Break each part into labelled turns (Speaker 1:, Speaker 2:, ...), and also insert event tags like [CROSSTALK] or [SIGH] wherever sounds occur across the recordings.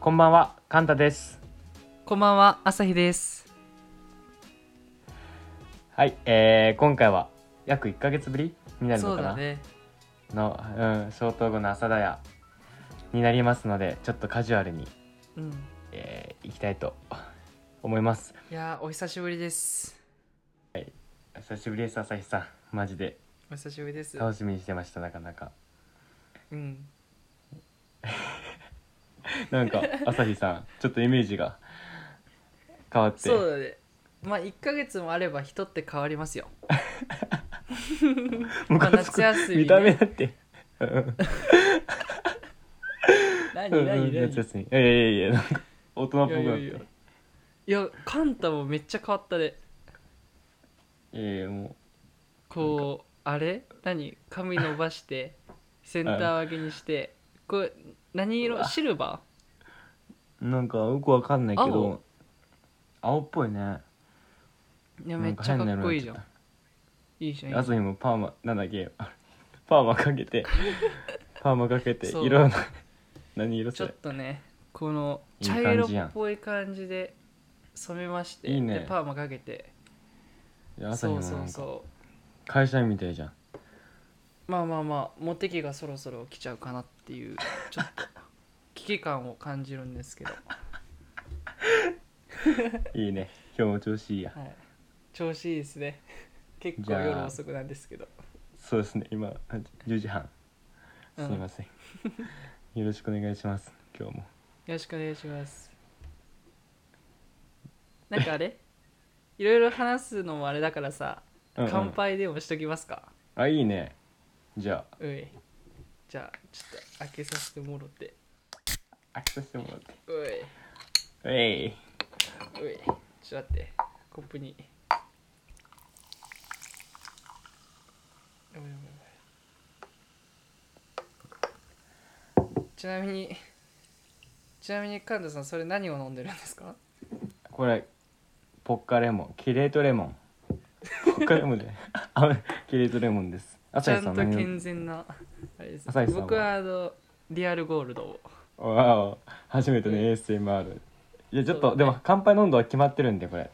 Speaker 1: こんばんは、カンタです。
Speaker 2: こんばんは、朝日です。
Speaker 1: はい、えー、今回は約1ヶ月ぶりになる
Speaker 2: そ
Speaker 1: の
Speaker 2: う
Speaker 1: かな
Speaker 2: だね。
Speaker 1: の、うん、消灯後の朝だやになりますので、ちょっとカジュアルに、
Speaker 2: うん。
Speaker 1: えー、いきたいと思います。
Speaker 2: いやー、お久しぶりです。
Speaker 1: 久しぶりです、朝日さん。マジで
Speaker 2: お久しぶりです。
Speaker 1: 楽しみにしてました、なかなか。
Speaker 2: うん。
Speaker 1: なん
Speaker 2: [LAUGHS]
Speaker 1: か、朝日さん、ちょっとイメージが変わって。
Speaker 2: そうだね。まあ、1ヶ月もあれば人って変わりますよ。
Speaker 1: ム
Speaker 2: まあ
Speaker 1: カつく
Speaker 2: 夏休みね
Speaker 1: 見た目だって。うん
Speaker 2: 何
Speaker 1: うん
Speaker 2: 何何
Speaker 1: 夏休み。いやいやいや、なんか大人っぽく
Speaker 2: い
Speaker 1: な
Speaker 2: や
Speaker 1: っ
Speaker 2: いやいや
Speaker 1: て。
Speaker 2: いや、カンタもめっちゃ変わったで。
Speaker 1: いやいや、も
Speaker 2: こう、あれ何髪伸
Speaker 1: [LAUGHS]
Speaker 2: ばして、センター分けにして、これ、何
Speaker 1: う
Speaker 2: 色
Speaker 1: わ
Speaker 2: シルバ
Speaker 1: う、なんかよくわかんないけど、青っぽいね。
Speaker 2: ーいや、
Speaker 1: な
Speaker 2: めっ
Speaker 1: ん
Speaker 2: ちゃ
Speaker 1: 変
Speaker 2: か
Speaker 1: な
Speaker 2: っ
Speaker 1: 色
Speaker 2: こいい
Speaker 1: に
Speaker 2: じ
Speaker 1: な
Speaker 2: ゃ
Speaker 1: っ
Speaker 2: ん
Speaker 1: ち。
Speaker 2: いいじゃん。いい
Speaker 1: ゃった。
Speaker 2: じ
Speaker 1: 朝
Speaker 2: ゃ
Speaker 1: 日もパーマ、なんだっけ、 [LAUGHS] パーマかけて、
Speaker 2: [LAUGHS]
Speaker 1: パーマかけて、
Speaker 2: そう
Speaker 1: 色の、 [LAUGHS] 何色
Speaker 2: んち
Speaker 1: そ
Speaker 2: ょ
Speaker 1: れ
Speaker 2: っ。とね、この
Speaker 1: いい
Speaker 2: 茶
Speaker 1: 感
Speaker 2: 色
Speaker 1: じやん
Speaker 2: っぽい感じで染めまして、
Speaker 1: いいね
Speaker 2: でパーマかけて。
Speaker 1: いや朝日も
Speaker 2: そう
Speaker 1: な
Speaker 2: そうん
Speaker 1: か、
Speaker 2: そ
Speaker 1: 会社員みたいじゃん。
Speaker 2: うまあまあまあモテ期がそろそろ来ちゃうかなって
Speaker 1: [LAUGHS]
Speaker 2: いうちょっと危機感を感じるんですけど、
Speaker 1: いいね。今日も調子いいや。
Speaker 2: はい、調子いいですね [LAUGHS] 結
Speaker 1: じ
Speaker 2: 構
Speaker 1: ゃあ
Speaker 2: 夜遅くなんですけど
Speaker 1: そうですね、今、10時半。す
Speaker 2: う
Speaker 1: い
Speaker 2: ん [LAUGHS]
Speaker 1: ません。よろしくお願いします、今日も。
Speaker 2: よろしくお願いしますなんか
Speaker 1: [LAUGHS]
Speaker 2: あれいろいろ話すのもあれだからさ
Speaker 1: うんうん
Speaker 2: 乾杯でもしときますか、
Speaker 1: あいいねじゃ
Speaker 2: ういじゃあちょっと開けさせてもろて
Speaker 1: あ開けさせてもらって
Speaker 2: うい
Speaker 1: え
Speaker 2: ういちょっと待ってコップにやばいやばいやばいちなみにちなみに神田さんそれ何を飲んでるんですか
Speaker 1: いこれポッカレモンキレートレモンポッカレモンじゃない [LAUGHS] あキレートレモンです
Speaker 2: ちゃ
Speaker 1: 朝
Speaker 2: ん
Speaker 1: 日
Speaker 2: と
Speaker 1: さん何を
Speaker 2: 健全なあれです
Speaker 1: 朝日さんは
Speaker 2: 僕はあのリアルゴールドを
Speaker 1: わあ初めての
Speaker 2: うん
Speaker 1: ASMR いやちょっと、
Speaker 2: そうだね
Speaker 1: でも乾杯の温度は決まってるんでこれ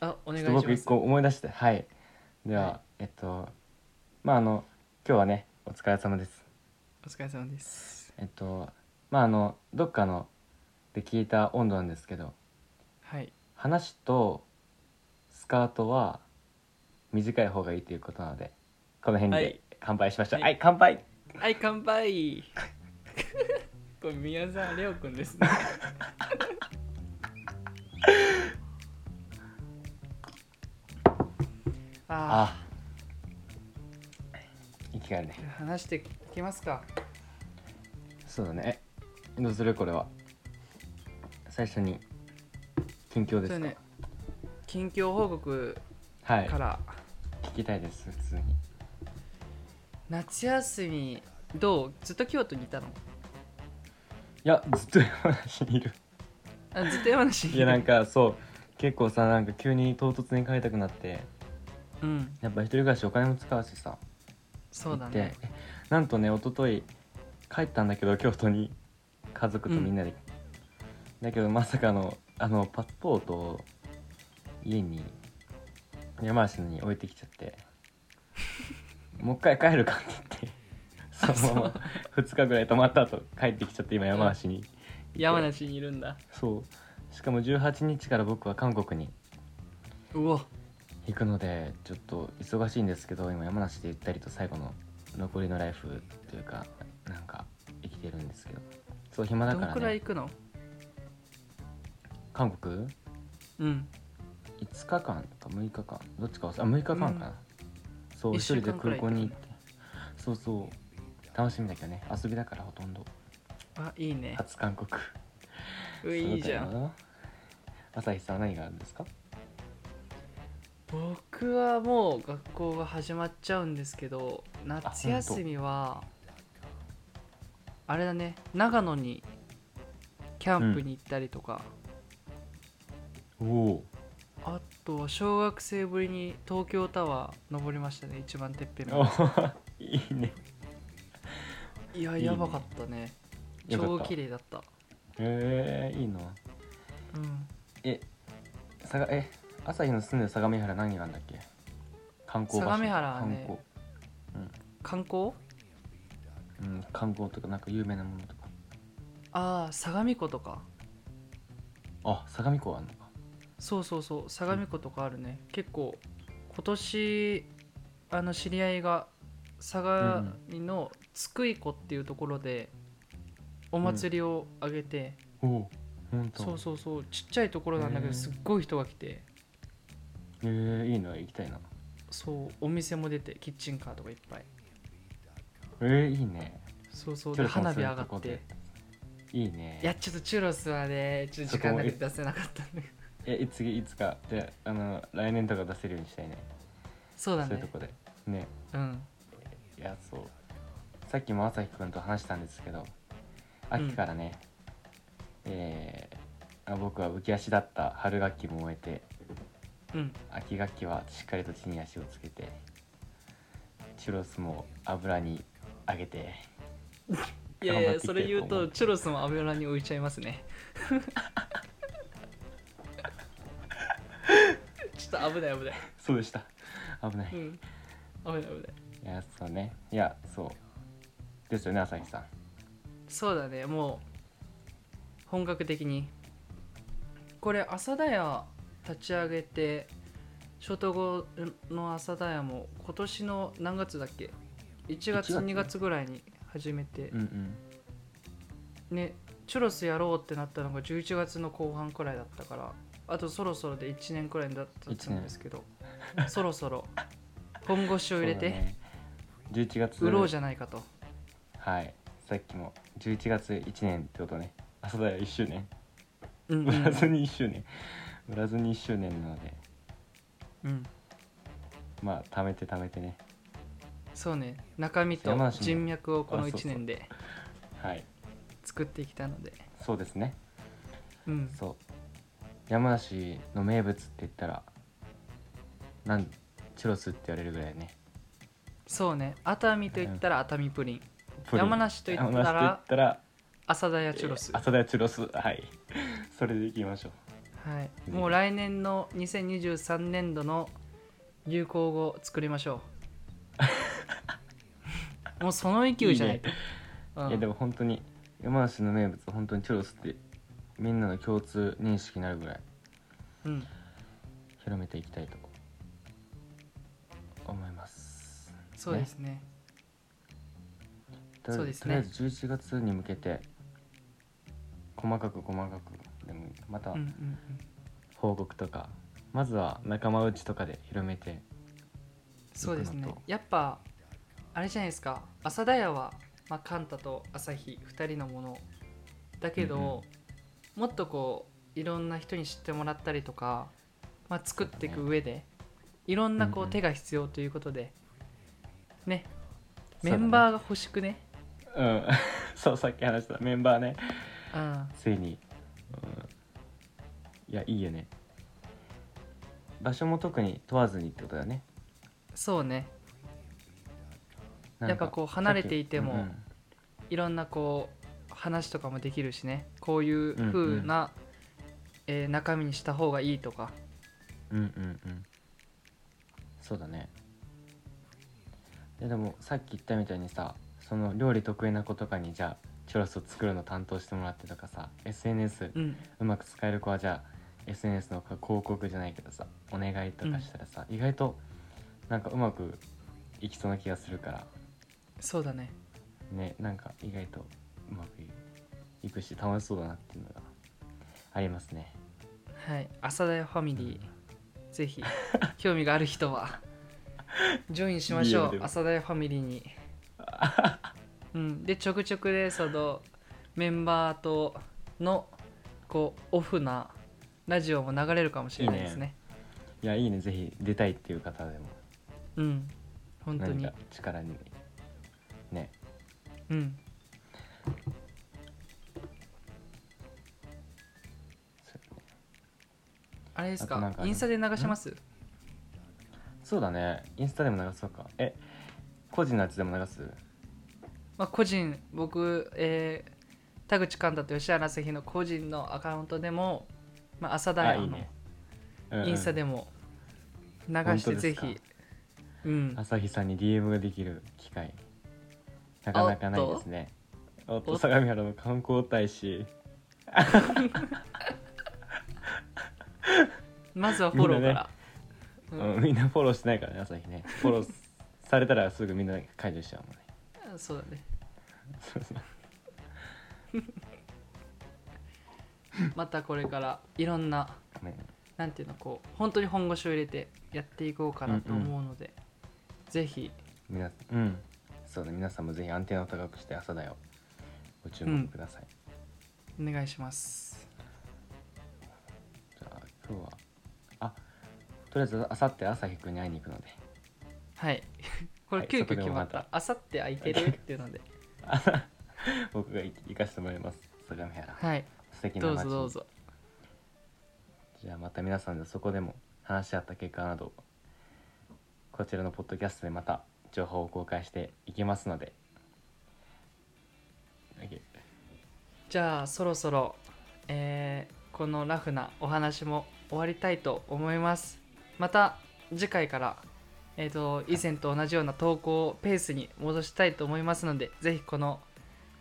Speaker 2: あお
Speaker 1: ち
Speaker 2: 願
Speaker 1: ょっ
Speaker 2: い
Speaker 1: と
Speaker 2: しま
Speaker 1: 僕一
Speaker 2: す
Speaker 1: 個思い出してはいでは、
Speaker 2: はい
Speaker 1: えっとまああの今日はねお疲れ様です
Speaker 2: お疲れ様です
Speaker 1: えっとまああのどっかので聞いた温度なんですけど
Speaker 2: はい
Speaker 1: 話とスカートは短い方がいいということなのでこの辺
Speaker 2: は
Speaker 1: で
Speaker 2: い
Speaker 1: 乾杯しましょうは
Speaker 2: はい
Speaker 1: い、乾杯
Speaker 2: はい乾杯 [LAUGHS] これ宮沢レオくんですね [LAUGHS] あ
Speaker 1: あ息があるね
Speaker 2: あ話していきますか
Speaker 1: そうだねえどうするこれは最初に近況ですか
Speaker 2: そうね近況報告
Speaker 1: はい
Speaker 2: から、
Speaker 1: 聞きたいです普通に
Speaker 2: 夏休みどうずっと京都にいたの
Speaker 1: いやずっと山梨にいる
Speaker 2: あずっと山梨に
Speaker 1: いやなんかそう結構さなんか急に唐突に帰りたくなって
Speaker 2: うん
Speaker 1: やっぱ一人暮らしお金も使うしさ
Speaker 2: そうだ
Speaker 1: で
Speaker 2: ね
Speaker 1: なんとね一昨日帰ったんだけど京都に家族とみんなで、だけどまさかのあのパスポートを家に山梨に置いてきちゃ
Speaker 2: [LAUGHS]
Speaker 1: ってもう一回帰るかって言ってそのまま2日ぐらい泊まった後帰ってきちゃって今山梨に、
Speaker 2: 山梨にいるんだ
Speaker 1: そうしかも18日から僕は韓国に
Speaker 2: うわ
Speaker 1: 行くのでちょっと忙しいんですけど今山梨でゆったりと最後の残りのライフというかなんか生きてるんですけどそう暇だ
Speaker 2: ど
Speaker 1: か
Speaker 2: ん
Speaker 1: ら
Speaker 2: くらい
Speaker 1: ね
Speaker 2: 行くの
Speaker 1: 韓国
Speaker 2: うん
Speaker 1: 5日間と6日間どっちか忘れあ6日間かな、そう
Speaker 2: 一
Speaker 1: 一人
Speaker 2: 週
Speaker 1: で
Speaker 2: 間く
Speaker 1: 空
Speaker 2: らい
Speaker 1: 港に行ってそうそう楽しみだけどね遊びだからほとんど
Speaker 2: あいいね
Speaker 1: 初韓国
Speaker 2: ういいいじゃん
Speaker 1: そうだよ朝日さんは何があるんですか
Speaker 2: 僕はもう学校が始まっちゃうんですけど
Speaker 1: 当
Speaker 2: 夏休みはあれだね長野にキャンプに行ったりとか、
Speaker 1: おお
Speaker 2: あとは小学生ぶりに東京タワー登りましたね一番てっぺんま
Speaker 1: ー [LAUGHS] いいね
Speaker 2: でいや
Speaker 1: いいね
Speaker 2: やばかったね
Speaker 1: よか
Speaker 2: 超
Speaker 1: った
Speaker 2: 綺麗だった
Speaker 1: えー、いいな
Speaker 2: うん
Speaker 1: えさがえ朝日の住んでる相模原何があるんだっけ観光場所
Speaker 2: 相模原はね
Speaker 1: 観
Speaker 2: 観光
Speaker 1: 光,、うん、観光とかなんか有名なものとか
Speaker 2: ああ相模湖とか
Speaker 1: あ相模湖あるのか
Speaker 2: そうそうそう相模湖とかあるね、結構今年あの知り合いが相模の津久井湖っていうところでお祭りをあげて、
Speaker 1: おおほんと
Speaker 2: そうそうそうちっちゃいところなんだけ
Speaker 1: へ
Speaker 2: ど
Speaker 1: ー
Speaker 2: すっごい人が来て
Speaker 1: えー、いいな行きたいな
Speaker 2: そうお店も出てキッチンカーとかいっぱい
Speaker 1: えー、いいね
Speaker 2: そうそう
Speaker 1: チ
Speaker 2: で
Speaker 1: ュロスも
Speaker 2: 花
Speaker 1: す
Speaker 2: 火
Speaker 1: る
Speaker 2: 上が
Speaker 1: とこ
Speaker 2: っ
Speaker 1: で
Speaker 2: て
Speaker 1: いいね
Speaker 2: いやちょっとチュロスはねちょっと時間なくて出せなかったんだけど
Speaker 1: え次いつかじゃああの来年とか出せるようにしたいね
Speaker 2: そうだ
Speaker 1: そういう
Speaker 2: ね
Speaker 1: とこでね
Speaker 2: うん
Speaker 1: いやそうさっきも朝日くんと話したんですけど秋からね、えーあ僕は浮き足だった春学期も終えて
Speaker 2: うん
Speaker 1: 秋学期はしっかりと地に足をつけてチュロスも油に揚げて [LAUGHS]
Speaker 2: いや
Speaker 1: 頑張
Speaker 2: いや
Speaker 1: ってい
Speaker 2: それ
Speaker 1: きた
Speaker 2: 言
Speaker 1: いうと思う
Speaker 2: とチュロスも油に浮いちゃいま
Speaker 1: [LAUGHS]
Speaker 2: すねちょっと危ない危ない、
Speaker 1: そうでした [LAUGHS] 危ない、
Speaker 2: う
Speaker 1: い
Speaker 2: ん、危ない危ない
Speaker 1: やそうねいやそうですよね朝日さん
Speaker 2: そうだねもう本格的にこれ朝田屋立ち上げて初等後の朝田屋も今年の何月だっけ1
Speaker 1: 1
Speaker 2: 月
Speaker 1: 月
Speaker 2: 2月ぐらいに始めて
Speaker 1: うんうん
Speaker 2: ねチュロスやろうってなったのが11月の後半くらいだったからあとそろそろで1年くらいだった
Speaker 1: 一
Speaker 2: ん
Speaker 1: 年
Speaker 2: ですけどそろそろ本腰を入れて、
Speaker 1: そうだね11月
Speaker 2: 売ろうじゃないかと
Speaker 1: はいさっきも11月1年ってことね朝だよ1周年
Speaker 2: うんう
Speaker 1: 売ら [LAUGHS] ず
Speaker 2: ん、
Speaker 1: に1周年売らずに1周年なので
Speaker 2: うん、
Speaker 1: まあ貯めて貯めてね
Speaker 2: そうね中身と
Speaker 1: 山梨も
Speaker 2: 人脈をこの
Speaker 1: あそう
Speaker 2: 1
Speaker 1: そう
Speaker 2: 年で
Speaker 1: はい
Speaker 2: 作ってきたので
Speaker 1: そうですね
Speaker 2: うん
Speaker 1: そう山梨の名物って言ったらなんチュロスって言われるぐらいね
Speaker 2: そうね熱海と言ったら熱海プリン
Speaker 1: プリン
Speaker 2: 山梨と言ったら
Speaker 1: 山梨と言ったら
Speaker 2: 朝田屋チュロス、
Speaker 1: えー朝だよチュロスはい [LAUGHS] それでいきましょう
Speaker 2: はい、もう来年の2023年度の流行語を作りましょ
Speaker 1: [LAUGHS]
Speaker 2: うもうその勢いじゃないとうん
Speaker 1: いやでも本当に山梨の名物本当にチュロスってみんなの共通認識になるぐらい
Speaker 2: うん
Speaker 1: 広めていきたいと思います
Speaker 2: そうですね
Speaker 1: と
Speaker 2: そうです
Speaker 1: とりあえ
Speaker 2: ね
Speaker 1: ず11月に向けて細かく細かくでもまた
Speaker 2: うんうんうん
Speaker 1: 報告とか、まずは仲間内とかで広めて
Speaker 2: そうですね
Speaker 1: 行くのと
Speaker 2: やっぱあれじゃないですか朝田屋は、まあ、カンタと朝日2人のものだけど、
Speaker 1: うん
Speaker 2: もっとこういろんな人に知ってもらったりとか、まあ、作っていく上で、いろんなこ
Speaker 1: うん
Speaker 2: う
Speaker 1: うん
Speaker 2: 手が必要ということで、ね
Speaker 1: そう
Speaker 2: メ
Speaker 1: だね
Speaker 2: ンバーが欲しくね
Speaker 1: うん [LAUGHS] そうさっき話したメンバーね
Speaker 2: うん
Speaker 1: ついに、うん、いやいいよね場所も特に問わずにってことだよね
Speaker 2: そうね
Speaker 1: なんか
Speaker 2: やっぱこう離れていても
Speaker 1: さっ
Speaker 2: いろんなこう話とかもできるしねこういう風な、えー中身にした方がいいとか
Speaker 1: きうんうん、うんうんうんそうだねででもさっき言ったみたいにさその料理得意な子とかにじゃあチュロスを作るの担当してもらってとかさ SNS
Speaker 2: うん
Speaker 1: うまく使える子はじゃあ SNS の広告じゃないけどさお願いとかしたらさ、意外となんかうまくいきそうな気がするから
Speaker 2: そうだね
Speaker 1: ねなんか意外とうまくいくし楽しそうだなっていうのがありますね
Speaker 2: はい、朝だよファミリー、ぜ [LAUGHS] ひ興味がある人はジョインしましょ
Speaker 1: DM で
Speaker 2: う
Speaker 1: も
Speaker 2: 朝だよファミリーに、 [LAUGHS] うん、でちょくちょくでそのメンバーとのこうオフなラジオも流れるかもしれないですね
Speaker 1: いやいいねぜひ出たいっていう方でも
Speaker 2: うん本当
Speaker 1: 何
Speaker 2: に
Speaker 1: か力にね
Speaker 2: うん
Speaker 1: そう
Speaker 2: あれです
Speaker 1: あ
Speaker 2: か
Speaker 1: となんかあります
Speaker 2: インスタで流します
Speaker 1: そうだねインスタでも流そうかえ個人のやつでも流す
Speaker 2: まあ個人僕えー田口寛太と吉原朝日の個人のアカウントでも、まあ、朝だ
Speaker 1: あ
Speaker 2: よ
Speaker 1: いい
Speaker 2: の
Speaker 1: ねうんうん
Speaker 2: インスタでも流して
Speaker 1: 本当で
Speaker 2: ぜ
Speaker 1: すか
Speaker 2: ひ、うん、
Speaker 1: 朝日さんに DM ができる機会なかなかないですねおっと
Speaker 2: おっと
Speaker 1: 相模原の観光大使
Speaker 2: まずはフォローから、
Speaker 1: うんみんなフォローしてないからね朝日ねフォローされたらすぐみんな解除しちゃうもんね
Speaker 2: うん、そうだね
Speaker 1: そうそう
Speaker 2: またこれからいろんな
Speaker 1: ごめん
Speaker 2: なんていうのこう本当に本腰を入れてやっていこうかなと思うので、ぜひ
Speaker 1: 皆うんそうね皆さんもぜひアンテナを高くして朝だよご注目ください、
Speaker 2: お願いします
Speaker 1: じゃあ今日はあとりあえずあさって朝日くんに会いに行くので
Speaker 2: はいこ
Speaker 1: は
Speaker 2: れ
Speaker 1: い
Speaker 2: 急
Speaker 1: そこで
Speaker 2: 遽決
Speaker 1: も
Speaker 2: ま
Speaker 1: ま
Speaker 2: ったたあさって空いてるっていうので
Speaker 1: あ僕が行行かせてもらいます相模原
Speaker 2: はい
Speaker 1: 素敵な
Speaker 2: どう
Speaker 1: 街
Speaker 2: ぞ
Speaker 1: に
Speaker 2: どうぞ
Speaker 1: じゃあまた皆さんでそこでも話し合った結果などこちらのポッドキャストでまた情報を公開していきますので OK
Speaker 2: じゃあそろそろ、えーこのラフなお話も終わりたいと思いますまた次回から、えー、と以前と同じような投稿をペースに戻したいと思いますのでぜひこの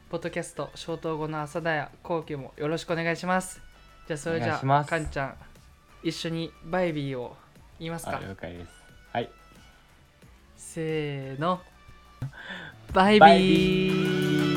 Speaker 2: ポッドキャスト「消灯後の朝だや後期」もよろしくお願いしますじゃあそれ
Speaker 1: お
Speaker 2: じ
Speaker 1: 願
Speaker 2: ゃ
Speaker 1: いしま
Speaker 2: あ
Speaker 1: す
Speaker 2: かんちゃん一緒にバイビーを言います
Speaker 1: あ
Speaker 2: か
Speaker 1: 了解ですはい
Speaker 2: せーのバイビ
Speaker 1: バイ
Speaker 2: ー